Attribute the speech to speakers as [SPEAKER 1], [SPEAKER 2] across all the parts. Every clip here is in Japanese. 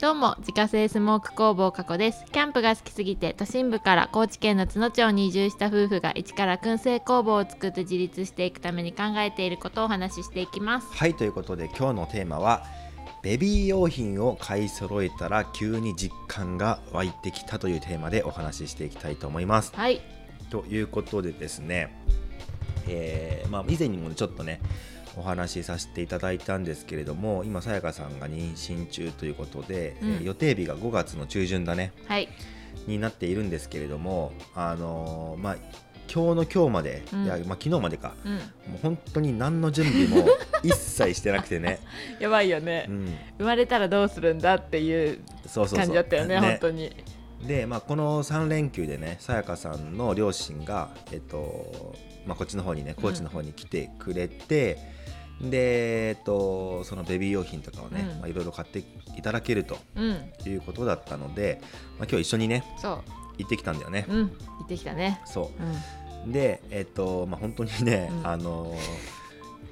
[SPEAKER 1] どうも自家製スモーク工房加古ですキャンプが好きすぎて都心部から高知県の津野町に移住した夫婦が一から燻製工房を作って自立していくために考えていることをお話ししていきます
[SPEAKER 2] はいということで今日のテーマはベビー用品を買い揃えたら急に実感が湧いてきたというテーマでお話ししていきたいと思います。
[SPEAKER 1] はい
[SPEAKER 2] ということでですね、えーまあ、以前にもねちょっとねお話しさせていただいたんですけれども今さやかさんが妊娠中ということで、
[SPEAKER 1] うん
[SPEAKER 2] えー予定日が5月の中旬だね
[SPEAKER 1] はい
[SPEAKER 2] になっているんですけれどもあのーまあ今日の今日まで、
[SPEAKER 1] うん
[SPEAKER 2] いやまあ、昨日までか
[SPEAKER 1] うん
[SPEAKER 2] もう本当に何の準備も一切してなくてね、
[SPEAKER 1] やばいよね
[SPEAKER 2] うん、
[SPEAKER 1] 生まれたらどうするんだっていう
[SPEAKER 2] そうそうそう
[SPEAKER 1] 当に
[SPEAKER 2] で、まあ、この3連休でねさやかさんの両親が、えっとまあ、こっちの方にね高知の方に来てくれて、で、えっと、そのベビー用品とかをね、
[SPEAKER 1] うん
[SPEAKER 2] まあ、いろいろ買っていただけると
[SPEAKER 1] うん
[SPEAKER 2] いうことだったので、まあ、今日一緒にね
[SPEAKER 1] そ
[SPEAKER 2] 行ってきたんだよね。
[SPEAKER 1] ううん行ってきたね
[SPEAKER 2] そ
[SPEAKER 1] うん
[SPEAKER 2] うで、えっとまあ、本当にね、
[SPEAKER 1] うん
[SPEAKER 2] あの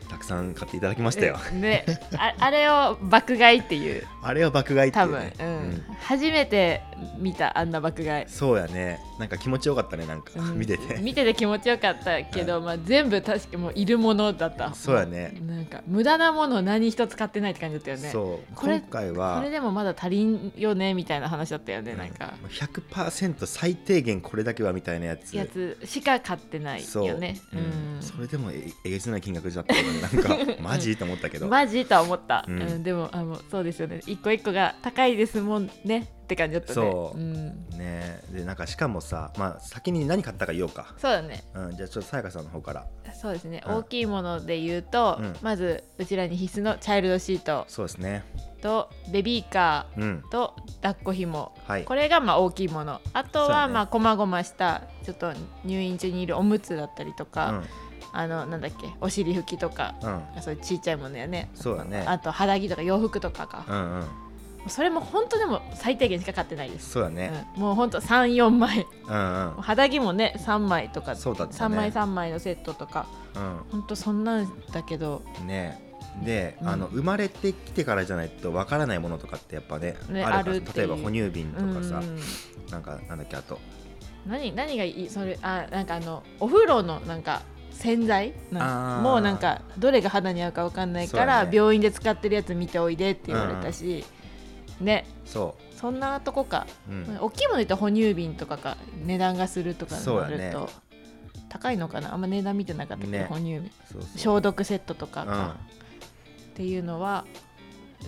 [SPEAKER 2] たくさん買っていただきましたよ。
[SPEAKER 1] ねああれを爆買いっていう
[SPEAKER 2] あれは爆買いってい
[SPEAKER 1] 多
[SPEAKER 2] う、
[SPEAKER 1] 分、
[SPEAKER 2] ね
[SPEAKER 1] うん
[SPEAKER 2] うん
[SPEAKER 1] 初めて見たあんな爆買い
[SPEAKER 2] そうやねなんか気持ちよかったねなんか、
[SPEAKER 1] うん
[SPEAKER 2] 見てて。
[SPEAKER 1] 見てて気持ちよかったけど、まあ、全部確かもういるものだった
[SPEAKER 2] そうやね
[SPEAKER 1] なんか無駄なもの何一つ買ってないって感じだったよね
[SPEAKER 2] そう
[SPEAKER 1] これ
[SPEAKER 2] 今回は
[SPEAKER 1] これでもまだ足りんよねみたいな話だったよね、なんか
[SPEAKER 2] うん100%最低限これだけはみたいなやつ
[SPEAKER 1] やつしか買ってないよね
[SPEAKER 2] そう、うん
[SPEAKER 1] うん
[SPEAKER 2] それでもええげつない金額じゃったからね なんかマジと思ったけど、
[SPEAKER 1] マジとは思った、う
[SPEAKER 2] うんん
[SPEAKER 1] でもあのそうですよね一個一個が高いですもんねって感じだったね
[SPEAKER 2] そう
[SPEAKER 1] うん、
[SPEAKER 2] ねでなんかしかもさ、まあ、先に何買ったか言おうか、
[SPEAKER 1] そうだね
[SPEAKER 2] うん、じゃあちょっとさやかさんの方から
[SPEAKER 1] そうですね、
[SPEAKER 2] うん
[SPEAKER 1] 大きいもので言うと、
[SPEAKER 2] うん
[SPEAKER 1] まずうちらに必須のチャイルドシート
[SPEAKER 2] そうですね
[SPEAKER 1] とベビーカ
[SPEAKER 2] うん
[SPEAKER 1] ーと抱っこひも
[SPEAKER 2] はい
[SPEAKER 1] これがまあ大きいものあと
[SPEAKER 2] そう
[SPEAKER 1] は
[SPEAKER 2] だね
[SPEAKER 1] まあこまごましたちょっと入院中にいるおむつだったりとか、あのなんだっけお尻拭きとか
[SPEAKER 2] うんうん
[SPEAKER 1] そういうちっちゃいものやね
[SPEAKER 2] そうだね
[SPEAKER 1] あと肌着とか洋服とか
[SPEAKER 2] う
[SPEAKER 1] か、
[SPEAKER 2] んうん
[SPEAKER 1] それも本当でも最低限しか買ってないです、
[SPEAKER 2] そうだね
[SPEAKER 1] うんもう本当34枚
[SPEAKER 2] うんうん
[SPEAKER 1] 肌着もね3枚とか、
[SPEAKER 2] そうだった
[SPEAKER 1] 3
[SPEAKER 2] ね
[SPEAKER 1] 枚3枚のセットとか本当そんなんだけど
[SPEAKER 2] うんねで、
[SPEAKER 1] うん
[SPEAKER 2] あの生まれてきてからじゃないとわからないものとかってやっぱね
[SPEAKER 1] ね
[SPEAKER 2] ある
[SPEAKER 1] ある
[SPEAKER 2] か
[SPEAKER 1] っていう
[SPEAKER 2] ら例えば哺乳瓶とかさ、
[SPEAKER 1] うん
[SPEAKER 2] なんかなんだっけあと
[SPEAKER 1] 何何がいいそれあなんかあのお風呂のなんか洗剤なん
[SPEAKER 2] あー
[SPEAKER 1] もうなんかどれが肌に合うかわかんないから、
[SPEAKER 2] そうだね
[SPEAKER 1] 病院で使ってるやつ見ておいでって言われたし、ね
[SPEAKER 2] そ
[SPEAKER 1] そんなとこか、
[SPEAKER 2] う、うん、
[SPEAKER 1] 大きいもの言ったら哺乳瓶とかか値段がするとかに
[SPEAKER 2] そう
[SPEAKER 1] な
[SPEAKER 2] だ
[SPEAKER 1] ると、
[SPEAKER 2] ね
[SPEAKER 1] 高いのかなあんま値段見てなかったけど、
[SPEAKER 2] ね
[SPEAKER 1] 哺乳瓶
[SPEAKER 2] そうそう
[SPEAKER 1] 消毒セットとか
[SPEAKER 2] うん
[SPEAKER 1] か、っていうのは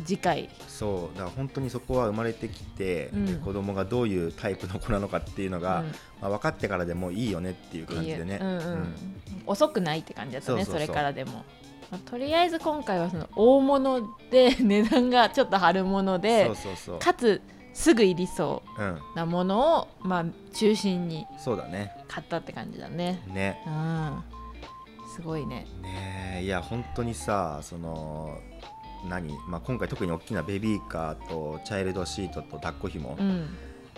[SPEAKER 1] 次回
[SPEAKER 2] そうだから本当にそこは生まれてきて、
[SPEAKER 1] うん
[SPEAKER 2] で子供がどういうタイプの子なのかっていうのが、
[SPEAKER 1] うん
[SPEAKER 2] まあ、分かってからでもいいよねっていう感じでね
[SPEAKER 1] っていううんうん遅くないって感じだったねそ
[SPEAKER 2] そうそうそ
[SPEAKER 1] れ
[SPEAKER 2] う
[SPEAKER 1] からでも、まあとりあえず今回はその大物で 値段がちょっと張るもので
[SPEAKER 2] そうそうそう、
[SPEAKER 1] かつすぐ入りそ
[SPEAKER 2] うん、
[SPEAKER 1] うなものを、まあ、中心に
[SPEAKER 2] そうだね
[SPEAKER 1] 買ったって感じだね
[SPEAKER 2] ね
[SPEAKER 1] うんすごいね
[SPEAKER 2] ねえいや本当にさその何、まあ、今回特に大きなベビーカーとチャイルドシートと抱っこひも
[SPEAKER 1] うん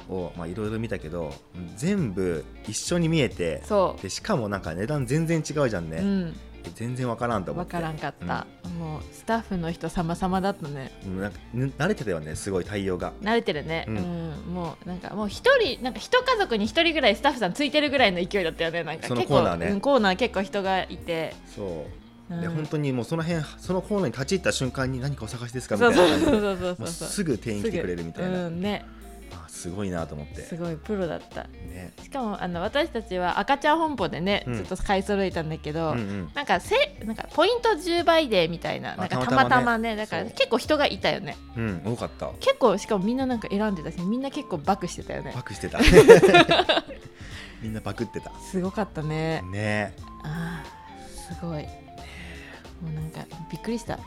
[SPEAKER 2] をまあいろいろ見たけど全部一緒に見えて
[SPEAKER 1] そ
[SPEAKER 2] でしかもなんか値段全然違うじゃん
[SPEAKER 1] う、
[SPEAKER 2] ね、
[SPEAKER 1] うん
[SPEAKER 2] 全然分からんと思
[SPEAKER 1] わ
[SPEAKER 2] って
[SPEAKER 1] からんかった、もうスタッフの人様々だったね
[SPEAKER 2] うんなんかぬ慣れてたよねすごい対応が
[SPEAKER 1] 慣れてるね、う
[SPEAKER 2] うんん
[SPEAKER 1] もうなんかもう一人なんか一家族に一人ぐらいスタッフさんついてるぐらいの勢いだったよねなんか
[SPEAKER 2] その
[SPEAKER 1] 結構
[SPEAKER 2] コーナーね
[SPEAKER 1] うんコーナー結構人がいて、
[SPEAKER 2] そう
[SPEAKER 1] う
[SPEAKER 2] で
[SPEAKER 1] ん
[SPEAKER 2] 本当にもうその辺そのコーナーに立ち入った瞬間に何かお探しですかみ
[SPEAKER 1] そ
[SPEAKER 2] た
[SPEAKER 1] う
[SPEAKER 2] いな
[SPEAKER 1] そう
[SPEAKER 2] 感じで
[SPEAKER 1] そうそうそ
[SPEAKER 2] も
[SPEAKER 1] う
[SPEAKER 2] う
[SPEAKER 1] そう
[SPEAKER 2] すぐ店員来てくれるみたいな、
[SPEAKER 1] すぐうんね
[SPEAKER 2] あすごいなと思って
[SPEAKER 1] すごいプロだった
[SPEAKER 2] ね
[SPEAKER 1] しかもあの私たちは赤ちゃん本舗でね、
[SPEAKER 2] うん
[SPEAKER 1] ずっと買い揃えたんだけど、
[SPEAKER 2] うんうん
[SPEAKER 1] なんかせなんかポイント10倍でみたいななん
[SPEAKER 2] あ
[SPEAKER 1] かた
[SPEAKER 2] た
[SPEAKER 1] ま
[SPEAKER 2] ま
[SPEAKER 1] た
[SPEAKER 2] た
[SPEAKER 1] ま
[SPEAKER 2] ま
[SPEAKER 1] ね
[SPEAKER 2] ね
[SPEAKER 1] だから
[SPEAKER 2] そう
[SPEAKER 1] 結構人がいたよね
[SPEAKER 2] うん多かった
[SPEAKER 1] 結構しかもみんななんか選んでたしみんな結構バクしてたよね
[SPEAKER 2] バクし てたみんなバクってた
[SPEAKER 1] すごかったね
[SPEAKER 2] ね
[SPEAKER 1] あーすごいもうなんかびっくりした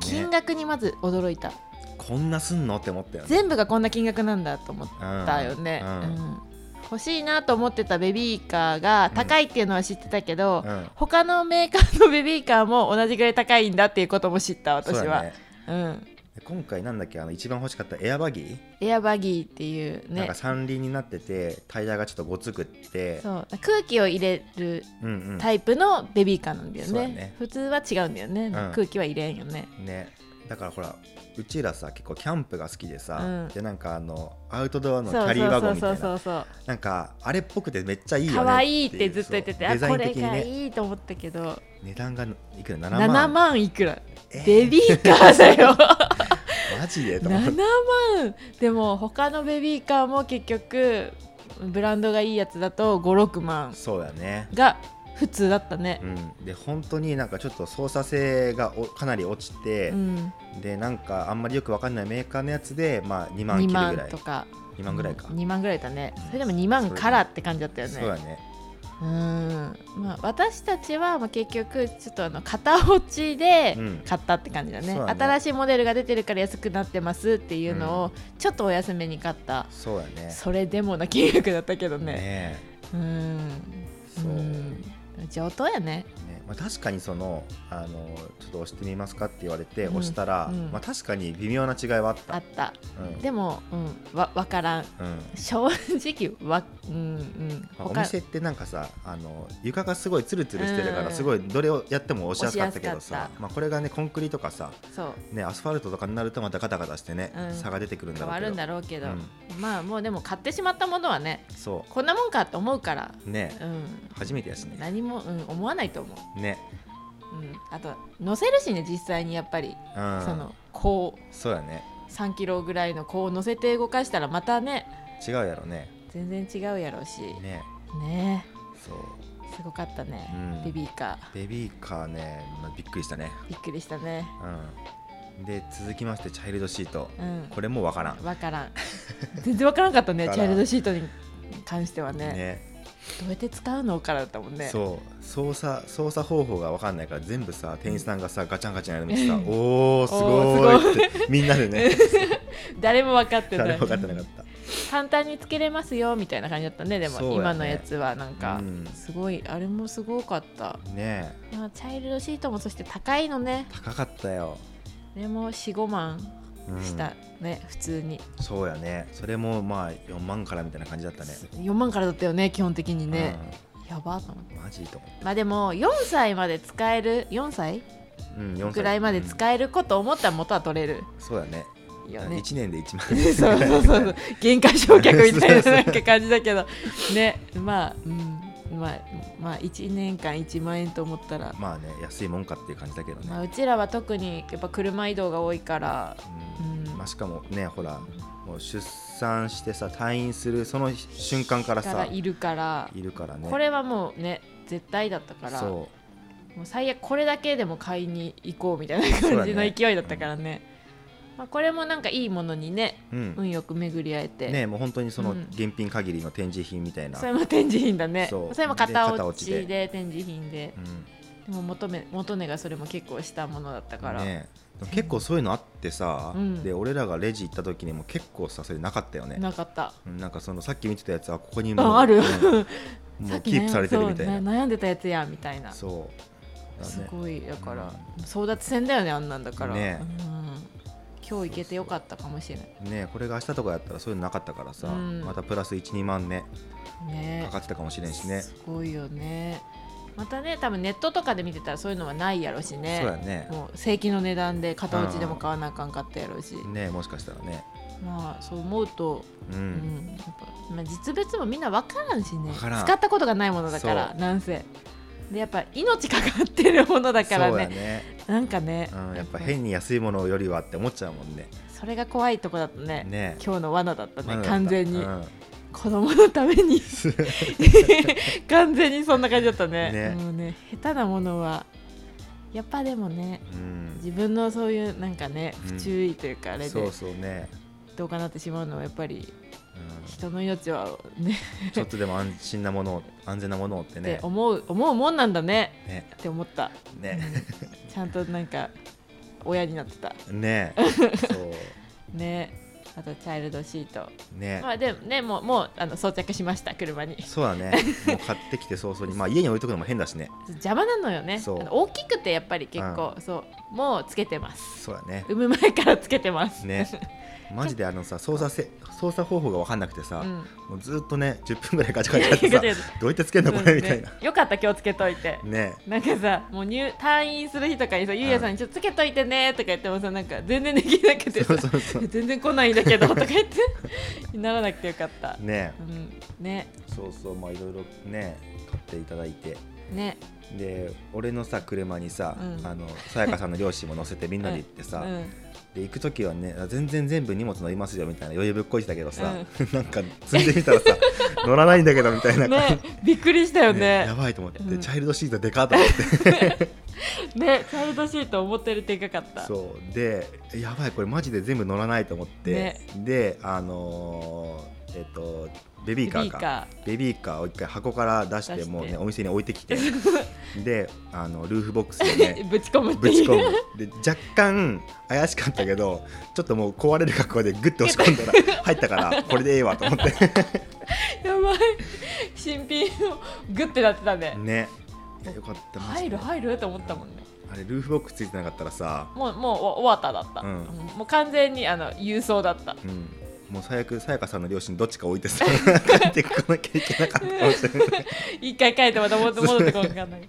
[SPEAKER 1] 金
[SPEAKER 2] ね
[SPEAKER 1] 額にまず驚いた、
[SPEAKER 2] こんなすんのって思ったよね
[SPEAKER 1] 全部がこんな金額なんだと思ったよね、
[SPEAKER 2] うん
[SPEAKER 1] うん欲しいなと思ってたベビーカーが高いっていうのは知ってたけど、
[SPEAKER 2] うん、うん
[SPEAKER 1] 他のメーカーのベビーカーも同じぐらい高いんだっていうことも知った私
[SPEAKER 2] そう
[SPEAKER 1] は
[SPEAKER 2] だ
[SPEAKER 1] う、
[SPEAKER 2] ね
[SPEAKER 1] ん、
[SPEAKER 2] で今回なんだっけあの一番欲しかったエアバギー、
[SPEAKER 1] エアバギーっていう
[SPEAKER 2] なん
[SPEAKER 1] ね
[SPEAKER 2] か三輪になっててタイヤがちょっとごつくって
[SPEAKER 1] そう空気を入れる
[SPEAKER 2] うんうん
[SPEAKER 1] タイプのベビーカーなんだよ
[SPEAKER 2] そうだ
[SPEAKER 1] ね,、
[SPEAKER 2] ね
[SPEAKER 1] 普通は違うんだよね、
[SPEAKER 2] ん
[SPEAKER 1] 空気は入れんよね
[SPEAKER 2] ねだからほらうちらさ結構キャンプが好きでさ、
[SPEAKER 1] うん
[SPEAKER 2] でなんかあのアウトドアの
[SPEAKER 1] そう
[SPEAKER 2] キ
[SPEAKER 1] そう
[SPEAKER 2] ャリーワゴンみたい
[SPEAKER 1] そ
[SPEAKER 2] な
[SPEAKER 1] うそう
[SPEAKER 2] なんかあれっぽくてめっちゃいい
[SPEAKER 1] そう
[SPEAKER 2] よね
[SPEAKER 1] 可愛いっ
[SPEAKER 2] い
[SPEAKER 1] て
[SPEAKER 2] う
[SPEAKER 1] ずっと言ってて
[SPEAKER 2] そう
[SPEAKER 1] あ
[SPEAKER 2] デザイ
[SPEAKER 1] こ
[SPEAKER 2] ン
[SPEAKER 1] れ
[SPEAKER 2] 的に
[SPEAKER 1] が
[SPEAKER 2] ね
[SPEAKER 1] いいと思ったけど
[SPEAKER 2] 値段がいくら7
[SPEAKER 1] 7
[SPEAKER 2] 万
[SPEAKER 1] 万いくら
[SPEAKER 2] えー
[SPEAKER 1] ベビーカーだ よ
[SPEAKER 2] マジでと思って
[SPEAKER 1] 7万でも他のベビーカーも結局ブランドがいいやつだと56万
[SPEAKER 2] そうだね
[SPEAKER 1] が普通だったね
[SPEAKER 2] うん、で本当になんかちょっと操作性がおかなり落ちて
[SPEAKER 1] う、ん、
[SPEAKER 2] でなんかあんまりよくわかんないメーカーのやつで、まあ、2万
[SPEAKER 1] 2
[SPEAKER 2] 切るぐら
[SPEAKER 1] 万
[SPEAKER 2] い
[SPEAKER 1] とか
[SPEAKER 2] 2万ぐらいか、
[SPEAKER 1] 2万ぐらいだね
[SPEAKER 2] うん
[SPEAKER 1] それでも2万からって感じだったよね
[SPEAKER 2] そうだね
[SPEAKER 1] うんまあ、私たちはまあ結局ちょっとあの片落ちで
[SPEAKER 2] うん
[SPEAKER 1] 買ったって感じだね,、
[SPEAKER 2] そうだね
[SPEAKER 1] 新しいモデルが出てるから安くなってますっていうのをちょっとお安めに買った、
[SPEAKER 2] そうだね
[SPEAKER 1] それでもな金額だったけどね
[SPEAKER 2] ね
[SPEAKER 1] うん
[SPEAKER 2] そう、
[SPEAKER 1] ん上等やね
[SPEAKER 2] ねまあ、確かにそのあのちょっと押してみますかって言われて
[SPEAKER 1] うん
[SPEAKER 2] 押したら、
[SPEAKER 1] うん
[SPEAKER 2] まあ、確かに微妙な違いはあった
[SPEAKER 1] あった
[SPEAKER 2] うん
[SPEAKER 1] でも、うん、わ分からん
[SPEAKER 2] うん
[SPEAKER 1] 正直わうんうん
[SPEAKER 2] まあお店ってなんかさあの床がすごいツルツルしてるか
[SPEAKER 1] う
[SPEAKER 2] ら
[SPEAKER 1] ん
[SPEAKER 2] すごいどれをやっても押しやすかったけど
[SPEAKER 1] 押しやすか
[SPEAKER 2] さ
[SPEAKER 1] っ、
[SPEAKER 2] まあ、これがねコンクリとかさ、
[SPEAKER 1] そう
[SPEAKER 2] ね、アスファルトとかになるとまたガタガタしてね、
[SPEAKER 1] うん
[SPEAKER 2] 差が出てくるんだ
[SPEAKER 1] 変
[SPEAKER 2] ろう
[SPEAKER 1] わ
[SPEAKER 2] けど
[SPEAKER 1] るんだろうけど、まあもうでも買ってしまったものはね
[SPEAKER 2] うん、そ
[SPEAKER 1] こんなもんかと思うから、
[SPEAKER 2] うね
[SPEAKER 1] うん、
[SPEAKER 2] 初めてやしね
[SPEAKER 1] 何も、うん、思わないと思う、
[SPEAKER 2] ね、
[SPEAKER 1] うん、あと乗せるしね実際にやっぱり、
[SPEAKER 2] うん、
[SPEAKER 1] そのこう
[SPEAKER 2] そうだね
[SPEAKER 1] 3キロぐらいのこう乗せて動かしたらまたね
[SPEAKER 2] 違うやろね
[SPEAKER 1] 全然違うやろうしね
[SPEAKER 2] ねそう
[SPEAKER 1] すごかったね、
[SPEAKER 2] うん
[SPEAKER 1] ベビーカ
[SPEAKER 2] ベビーカーね、まあ、びっくりしたね
[SPEAKER 1] ーびっくりしたね
[SPEAKER 2] うんで続きましてチャイルドシート
[SPEAKER 1] うん
[SPEAKER 2] これもわからん
[SPEAKER 1] 分からん 全然分からんかったね
[SPEAKER 2] わか
[SPEAKER 1] チ
[SPEAKER 2] ら
[SPEAKER 1] ャ
[SPEAKER 2] ん
[SPEAKER 1] イルドシートに関してはね
[SPEAKER 2] ね
[SPEAKER 1] どうやって使うのからだったもんね
[SPEAKER 2] そう操作操作方法がわかんないから全部さ店員さんがさガチャンガチャンやるのにさ「おーすご
[SPEAKER 1] おー
[SPEAKER 2] ーい」ってみんなで ね
[SPEAKER 1] 誰も分かってない
[SPEAKER 2] 誰も分かってなかった
[SPEAKER 1] 簡単につけれますよみたいな感じだったねでも
[SPEAKER 2] そうやね
[SPEAKER 1] 今のやつはなんか、
[SPEAKER 2] うん
[SPEAKER 1] すごいあれもすごかった
[SPEAKER 2] ねえ
[SPEAKER 1] まあ、チャイルドシートもそして高いのね
[SPEAKER 2] 高かったよ、
[SPEAKER 1] これも45万
[SPEAKER 2] うん
[SPEAKER 1] したね、普通に、
[SPEAKER 2] そうやねそれもまあ4万からみたいな感じだったね
[SPEAKER 1] 4万からだったよね基本的にね、やばと思って
[SPEAKER 2] うんマジと思
[SPEAKER 1] まあでも4歳まで使える4歳
[SPEAKER 2] う、うん、4歳
[SPEAKER 1] ぐらいまで
[SPEAKER 2] うん
[SPEAKER 1] 使えること思ったら元は取れる
[SPEAKER 2] そうだね
[SPEAKER 1] よね
[SPEAKER 2] 1年で1万
[SPEAKER 1] そう そうそうそう減価償却みたいななんか感じだけどねまあうんまあまあ1年間1万円と思ったら、
[SPEAKER 2] まあね安いもんかっていう感じだけどね、
[SPEAKER 1] まあ、うちらは特にやっぱ車移動が多いから
[SPEAKER 2] うん
[SPEAKER 1] うん
[SPEAKER 2] まあ、しかもねほらもう出産してさ退院するその瞬間から
[SPEAKER 1] か
[SPEAKER 2] さ
[SPEAKER 1] らいるから
[SPEAKER 2] いるからね
[SPEAKER 1] これはもうね絶対だったからも
[SPEAKER 2] そう
[SPEAKER 1] 最悪これだけでも買いに行こうみたいな
[SPEAKER 2] そう
[SPEAKER 1] 感
[SPEAKER 2] だ
[SPEAKER 1] じ
[SPEAKER 2] ね
[SPEAKER 1] の勢いだったからねまあ、これもなんかいいものにね
[SPEAKER 2] う、うん
[SPEAKER 1] 運よく巡り合えて、
[SPEAKER 2] ねもう本当にそうの
[SPEAKER 1] ん
[SPEAKER 2] 現品限りの展示品みたいな、
[SPEAKER 1] それも展示品だね
[SPEAKER 2] そ
[SPEAKER 1] そうれも
[SPEAKER 2] で
[SPEAKER 1] 片
[SPEAKER 2] 片
[SPEAKER 1] 落
[SPEAKER 2] 落
[SPEAKER 1] ち
[SPEAKER 2] ちで
[SPEAKER 1] で展示品で
[SPEAKER 2] うん
[SPEAKER 1] でも求め元値がそれも結構したものだったから、
[SPEAKER 2] ねでも結構そういうのあってさ、
[SPEAKER 1] うん
[SPEAKER 2] で俺らがレジ行った時にも結構さそれなかったよね
[SPEAKER 1] なかった。
[SPEAKER 2] うんなんかそのさっき見てたやつはここにもう
[SPEAKER 1] あある、
[SPEAKER 2] うんも
[SPEAKER 1] さ
[SPEAKER 2] う
[SPEAKER 1] っ
[SPEAKER 2] キ
[SPEAKER 1] き
[SPEAKER 2] ープされてるみたい
[SPEAKER 1] そう
[SPEAKER 2] な
[SPEAKER 1] 悩んでたやつやみたいな
[SPEAKER 2] そうだね
[SPEAKER 1] すごいだから、
[SPEAKER 2] うん
[SPEAKER 1] 争奪戦だよねあんなんだから、
[SPEAKER 2] ね
[SPEAKER 1] うん、今日行けてよかったかもしれない
[SPEAKER 2] ねこれが明日とかやったらそういうのなかったからさ、
[SPEAKER 1] うん
[SPEAKER 2] またプラス12万ね
[SPEAKER 1] ね
[SPEAKER 2] かかってたかもしれんしね
[SPEAKER 1] すごいよねまたね多分ネットとかで見てたらそういうのはないやろしね
[SPEAKER 2] そうやね
[SPEAKER 1] もう正規の値段で片落ちでも買わなあかんかったやろし、
[SPEAKER 2] ねもしかしたらね
[SPEAKER 1] まあそう思うと、
[SPEAKER 2] う、
[SPEAKER 1] うんんやっぱまあ、実物もみんな分からんしね
[SPEAKER 2] わからん
[SPEAKER 1] 使ったことがないものだから
[SPEAKER 2] そ
[SPEAKER 1] なんせでやっぱ命かかってるものだから
[SPEAKER 2] そうや
[SPEAKER 1] ね
[SPEAKER 2] ね、
[SPEAKER 1] なんかね、
[SPEAKER 2] うん、やっぱ変に安いものよりはって思っちゃうもんね
[SPEAKER 1] それが怖いとこだったね
[SPEAKER 2] ね
[SPEAKER 1] 今日の罠だったね
[SPEAKER 2] まだ
[SPEAKER 1] 完全に、
[SPEAKER 2] うん
[SPEAKER 1] 子供のため に 完全にそんな感じだったね
[SPEAKER 2] ね
[SPEAKER 1] もうね下手なものはやっぱでもね
[SPEAKER 2] うん
[SPEAKER 1] 自分のそういうなんかね
[SPEAKER 2] うん
[SPEAKER 1] 不注意というかあれ
[SPEAKER 2] そ
[SPEAKER 1] で
[SPEAKER 2] うそうね、
[SPEAKER 1] どうかなってしまうのはやっぱり
[SPEAKER 2] う
[SPEAKER 1] 人の命はね
[SPEAKER 2] ん、ちょっとでも安心なものを安全なものをって
[SPEAKER 1] って
[SPEAKER 2] ね
[SPEAKER 1] 思う思うもんなんだね
[SPEAKER 2] ね
[SPEAKER 1] って思った
[SPEAKER 2] ね
[SPEAKER 1] ちゃんとなんか親になってた
[SPEAKER 2] ねそう
[SPEAKER 1] ねあとチャイルドシート
[SPEAKER 2] ね、
[SPEAKER 1] まあでもねもうもうあの装着しました車に
[SPEAKER 2] そうだねもう買ってきて早々にまあ家に置いとくのも変だしね
[SPEAKER 1] 邪魔なのよねあ
[SPEAKER 2] そう
[SPEAKER 1] の大きくてやっぱり結構そうもうつけてます
[SPEAKER 2] そうだね
[SPEAKER 1] 産む前からつけてます、
[SPEAKER 2] ねマジであのさ操作せ操作方法が分かんなくてさ、
[SPEAKER 1] うん
[SPEAKER 2] もうずっとね10分ぐらいガチャガチャやっ
[SPEAKER 1] い
[SPEAKER 2] て
[SPEAKER 1] や
[SPEAKER 2] さ
[SPEAKER 1] いや
[SPEAKER 2] どうやってつけるのこれみたいな
[SPEAKER 1] うんねよかった今日つけといて
[SPEAKER 2] ね
[SPEAKER 1] なんかさもう入退院する日とかにさゆうやさんにちょっとつけといてねとか言ってもさなんか全然できなくて
[SPEAKER 2] そ
[SPEAKER 1] さ
[SPEAKER 2] うそうそう
[SPEAKER 1] 全然来ないんだけどとか言ってならなくてよ かった、
[SPEAKER 2] ね
[SPEAKER 1] うん、ね
[SPEAKER 2] そうそうまあいろいろね買っていただいて
[SPEAKER 1] ね
[SPEAKER 2] で俺のさ車にさ、
[SPEAKER 1] うん
[SPEAKER 2] あのさやかさんの両親も乗せてみんなで行って
[SPEAKER 1] う
[SPEAKER 2] さ、
[SPEAKER 1] ん
[SPEAKER 2] で行く時はねあ全然全部荷物乗りますよみたいな余裕ぶっこいてたけどさ、
[SPEAKER 1] う
[SPEAKER 2] なんか積んでみたら さ乗らないんだけどみたいな、
[SPEAKER 1] ねびっくりしたよね
[SPEAKER 2] やばいと思って、
[SPEAKER 1] うん
[SPEAKER 2] チャイルドシートでかっと思 って
[SPEAKER 1] ねチャイルドシート思ったよりでかかった
[SPEAKER 2] そうでやばいこれマジで全部乗らないと思って、
[SPEAKER 1] ね
[SPEAKER 2] であのーえっとベビーカーかベビーカーを一回箱から出して
[SPEAKER 1] 出して
[SPEAKER 2] もうねお店に置いて きて
[SPEAKER 1] ビーカ
[SPEAKER 2] であのルーフボックスに
[SPEAKER 1] ー
[SPEAKER 2] ね
[SPEAKER 1] ぶち込むって
[SPEAKER 2] ぶち
[SPEAKER 1] いう
[SPEAKER 2] 込むで若干怪しかったけどちょっともう壊れる格好でグッて押し込んだら入ったからこれでええわと思って
[SPEAKER 1] やばい新品をグッてなってた ね
[SPEAKER 2] ねいやよかったマジ
[SPEAKER 1] 入
[SPEAKER 2] で
[SPEAKER 1] る入ると思ったもんね
[SPEAKER 2] あれルーフボックスついてなかったらさ、
[SPEAKER 1] もうもう終わっただった、
[SPEAKER 2] うん
[SPEAKER 1] もう完全にあの郵送だった
[SPEAKER 2] うん、もう最悪さやかさんの両親どっちか置いてさ帰ってこなきゃいけなかったかもしれない
[SPEAKER 1] 一回書いてまた戻戻ってこんかんない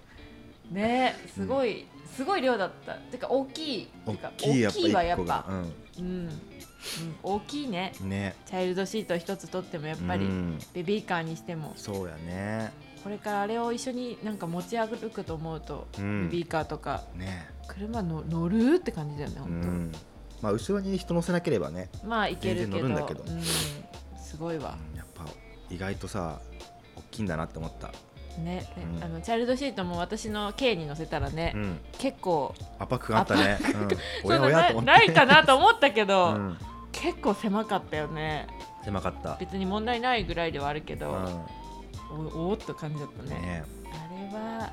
[SPEAKER 1] ねすごい、すごい量だったてか大きいて
[SPEAKER 2] 大
[SPEAKER 1] か
[SPEAKER 2] きいやっ
[SPEAKER 1] 大きいは
[SPEAKER 2] ぱ一
[SPEAKER 1] や
[SPEAKER 2] 個
[SPEAKER 1] っ
[SPEAKER 2] が
[SPEAKER 1] ぱ、うん、うん大きいね
[SPEAKER 2] うん、ね
[SPEAKER 1] チャイルドシート一つ取ってもやっぱり、
[SPEAKER 2] うん
[SPEAKER 1] ベビーカーにしても
[SPEAKER 2] そうやね
[SPEAKER 1] これからあれを一緒になんか持ち歩くと思うと、
[SPEAKER 2] うん
[SPEAKER 1] ベビーカーとか
[SPEAKER 2] ね
[SPEAKER 1] 車の乗るって感じだよね
[SPEAKER 2] う
[SPEAKER 1] 本当、
[SPEAKER 2] んまあ後ろに人乗せなければね、
[SPEAKER 1] まあいけるけ
[SPEAKER 2] 全然
[SPEAKER 1] ど
[SPEAKER 2] 乗るんだけど
[SPEAKER 1] うん、すごいわ
[SPEAKER 2] うんやっぱ意外とさ大きいんだなって思った、
[SPEAKER 1] ね、
[SPEAKER 2] うん
[SPEAKER 1] あのチャイルドシートも私の軽に乗せたらね、
[SPEAKER 2] うん、
[SPEAKER 1] 結構
[SPEAKER 2] 圧迫があったね、 うん、おやお
[SPEAKER 1] そう
[SPEAKER 2] や
[SPEAKER 1] な
[SPEAKER 2] と思って
[SPEAKER 1] な、いかなと思ったけ
[SPEAKER 2] う
[SPEAKER 1] ど、
[SPEAKER 2] ん、
[SPEAKER 1] 結構狭かったよね
[SPEAKER 2] 狭かった、
[SPEAKER 1] 別に問題ないぐらいではあるけど、
[SPEAKER 2] う
[SPEAKER 1] おおーっと感じだった
[SPEAKER 2] ん、
[SPEAKER 1] ね
[SPEAKER 2] ね
[SPEAKER 1] あれは、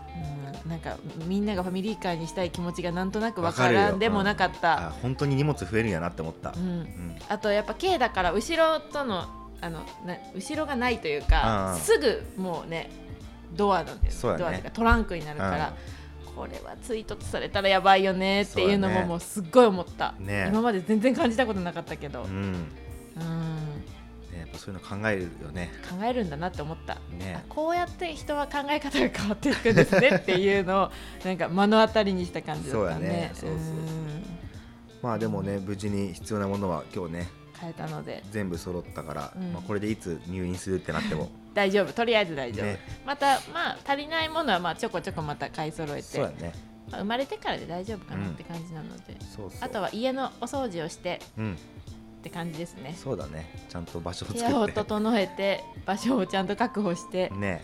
[SPEAKER 1] うん、なんかみんながファミリーカーにしたい気持ちがなんとなくわか
[SPEAKER 2] わ
[SPEAKER 1] ら
[SPEAKER 2] かる
[SPEAKER 1] ん
[SPEAKER 2] よ
[SPEAKER 1] でもなかっ
[SPEAKER 2] あ
[SPEAKER 1] た
[SPEAKER 2] 本当に荷物増えるんやなって思った、
[SPEAKER 1] う
[SPEAKER 2] うん
[SPEAKER 1] ん、
[SPEAKER 2] うん
[SPEAKER 1] あとやっぱ軽だから後ろとのあのな後ろがないというか
[SPEAKER 2] あー
[SPEAKER 1] すぐもうねドアなんだよ
[SPEAKER 2] そうだね
[SPEAKER 1] ドアというかトランクになるから、これは追突されたらやばいよねっていうの
[SPEAKER 2] そうだ
[SPEAKER 1] も
[SPEAKER 2] ね
[SPEAKER 1] もうすっごい思った、
[SPEAKER 2] ね
[SPEAKER 1] 今まで全然感じたことなかったけど、
[SPEAKER 2] う
[SPEAKER 1] う
[SPEAKER 2] ん
[SPEAKER 1] ん
[SPEAKER 2] ね、やっぱそういうの考えるよね
[SPEAKER 1] 考えるんだなって思った。あ
[SPEAKER 2] ね
[SPEAKER 1] こうやって人は考え方が変わっていくんですねっていうの をなんか目の当たりにした感じだったね。
[SPEAKER 2] そうだねそうそうそうんまあでもね無事に必要なものは今日ね
[SPEAKER 1] 変えたので
[SPEAKER 2] 全部揃ったから、
[SPEAKER 1] うん
[SPEAKER 2] まあ、これでいつ入院するってなって も
[SPEAKER 1] 大丈夫とりあえず大丈夫、
[SPEAKER 2] ね
[SPEAKER 1] またまあ足りないものはまあちょこちょこまた買い揃えて、
[SPEAKER 2] そうやね
[SPEAKER 1] まあ生まれてからで大丈夫かなって感じなので、
[SPEAKER 2] そうそう
[SPEAKER 1] あとは家のお掃除をして
[SPEAKER 2] うん
[SPEAKER 1] って感じですね
[SPEAKER 2] そうだねちゃんと場所を
[SPEAKER 1] 部
[SPEAKER 2] 作
[SPEAKER 1] 屋を
[SPEAKER 2] って
[SPEAKER 1] 整えて場所をちゃんと確保して、
[SPEAKER 2] ね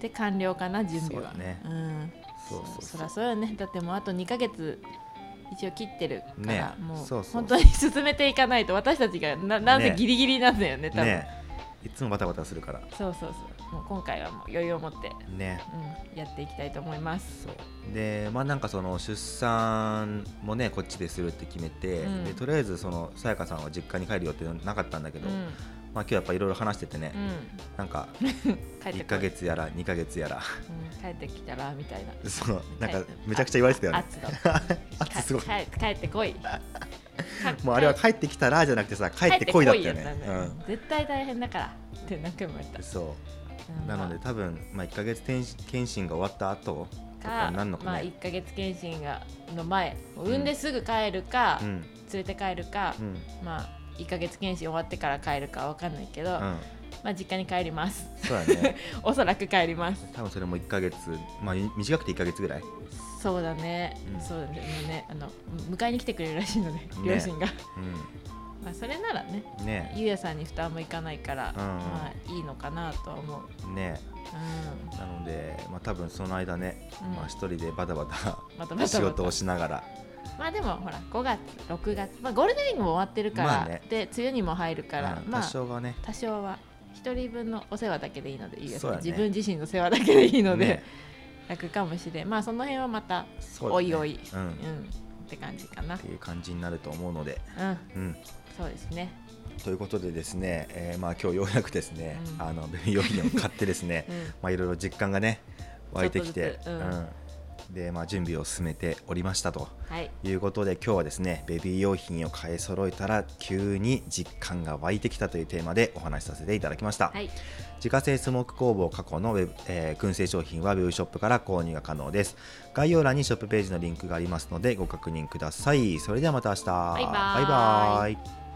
[SPEAKER 1] で完了かな準備は
[SPEAKER 2] そうだね
[SPEAKER 1] ん、
[SPEAKER 2] そうそう
[SPEAKER 1] そ
[SPEAKER 2] そ
[SPEAKER 1] りゃ
[SPEAKER 2] う
[SPEAKER 1] そうよねだってもうあと2ヶ月一応切ってるから、
[SPEAKER 2] ね
[SPEAKER 1] もう
[SPEAKER 2] そうそう
[SPEAKER 1] 本当に進めていかないと私たちがななんせ
[SPEAKER 2] ね
[SPEAKER 1] ギリギリなんだよね多分
[SPEAKER 2] ねいつもバタバタするから
[SPEAKER 1] そうそうそうもう今回はもう余裕を持って、
[SPEAKER 2] ね
[SPEAKER 1] うん、やっていきたいと思います
[SPEAKER 2] そうでまあなんかその出産もねこっちでするって決めて、
[SPEAKER 1] うん
[SPEAKER 2] でとりあえずそのさやかさんは実家に帰る予定なかったんだけど、まあ今日やっぱいろいろ話しててね、
[SPEAKER 1] うん、うん、
[SPEAKER 2] なんか
[SPEAKER 1] 帰って
[SPEAKER 2] 1
[SPEAKER 1] こ
[SPEAKER 2] か月やら2か月やら
[SPEAKER 1] うん、帰ってきたらみたいな
[SPEAKER 2] そうなんかめちゃくちゃ言われてたよね
[SPEAKER 1] 圧だった
[SPEAKER 2] 圧すごい
[SPEAKER 1] か帰帰ってこいか
[SPEAKER 2] もうあれは帰ってきたらじゃなくてさ帰ってこいだったよね
[SPEAKER 1] 帰ってこいやったんだよ絶対大変だからって何回も言った
[SPEAKER 2] うん、そう
[SPEAKER 1] うん
[SPEAKER 2] なので多分、まあ、1か月転検診が終わった後とか
[SPEAKER 1] か
[SPEAKER 2] になるのかね、
[SPEAKER 1] まあ、1か月検診がの前産んですぐ帰るか、
[SPEAKER 2] うん
[SPEAKER 1] 連れて帰るか、
[SPEAKER 2] うんうん
[SPEAKER 1] まあ、1か月検診終わってから帰るかわかんないけど、まあ、実家に帰ります
[SPEAKER 2] そうだね
[SPEAKER 1] おそらく帰ります
[SPEAKER 2] 多分それも1か月まあ短くて1か月ぐらい
[SPEAKER 1] そうだね、
[SPEAKER 2] うん
[SPEAKER 1] そうだねもうねあの迎えに来てくれるらしいので、両親が まあそれならね
[SPEAKER 2] うんね
[SPEAKER 1] ゆうやさんに負担もいかないから、
[SPEAKER 2] うんうん
[SPEAKER 1] まあ、いいのかなとは思う、
[SPEAKER 2] ね
[SPEAKER 1] う
[SPEAKER 2] なので、まあ、多分その間ね、
[SPEAKER 1] うん
[SPEAKER 2] まあ、一人でバタバタ
[SPEAKER 1] ん、またまた
[SPEAKER 2] 仕事をしながら
[SPEAKER 1] まあでもほら5月6月、まあ、ゴールデンウィークも終わってるから、
[SPEAKER 2] まあね
[SPEAKER 1] で梅雨にも入るから、
[SPEAKER 2] うん
[SPEAKER 1] まあ
[SPEAKER 2] 多少はね,、
[SPEAKER 1] 多少は一人分のお世話だけでいいのでいいです
[SPEAKER 2] そうだね
[SPEAKER 1] 自分自身の世話だけでいいので、
[SPEAKER 2] ね
[SPEAKER 1] 楽かもしれんまあその辺はまた
[SPEAKER 2] そうだね
[SPEAKER 1] おいおい、
[SPEAKER 2] うん、
[SPEAKER 1] うん、
[SPEAKER 2] っ
[SPEAKER 1] って感じかな
[SPEAKER 2] ていう感じになると思うので、
[SPEAKER 1] うん
[SPEAKER 2] うん、
[SPEAKER 1] そうですね、
[SPEAKER 2] ということでですね、えーまあ今日ようやくですね、
[SPEAKER 1] うん
[SPEAKER 2] あのベビー用品を買ってですね、
[SPEAKER 1] うん
[SPEAKER 2] まあいろいろ実感がね湧いてき
[SPEAKER 1] ちょ
[SPEAKER 2] て
[SPEAKER 1] っ、とずつうん
[SPEAKER 2] うんで、まあ、準備を進めておりましたと
[SPEAKER 1] はい
[SPEAKER 2] いうことで今日はですねベビー用品を買い揃えたら急に実感が湧いてきたというテーマでお話しさせていただきました、
[SPEAKER 1] はい
[SPEAKER 2] 自家製スモーク工房過去のウェブ、えー、燻製商品はウェブショップから購入が可能です概要欄にショップページのリンクがありますのでご確認くださいそれではまた明日バ
[SPEAKER 1] イバーイ
[SPEAKER 2] バイバーイ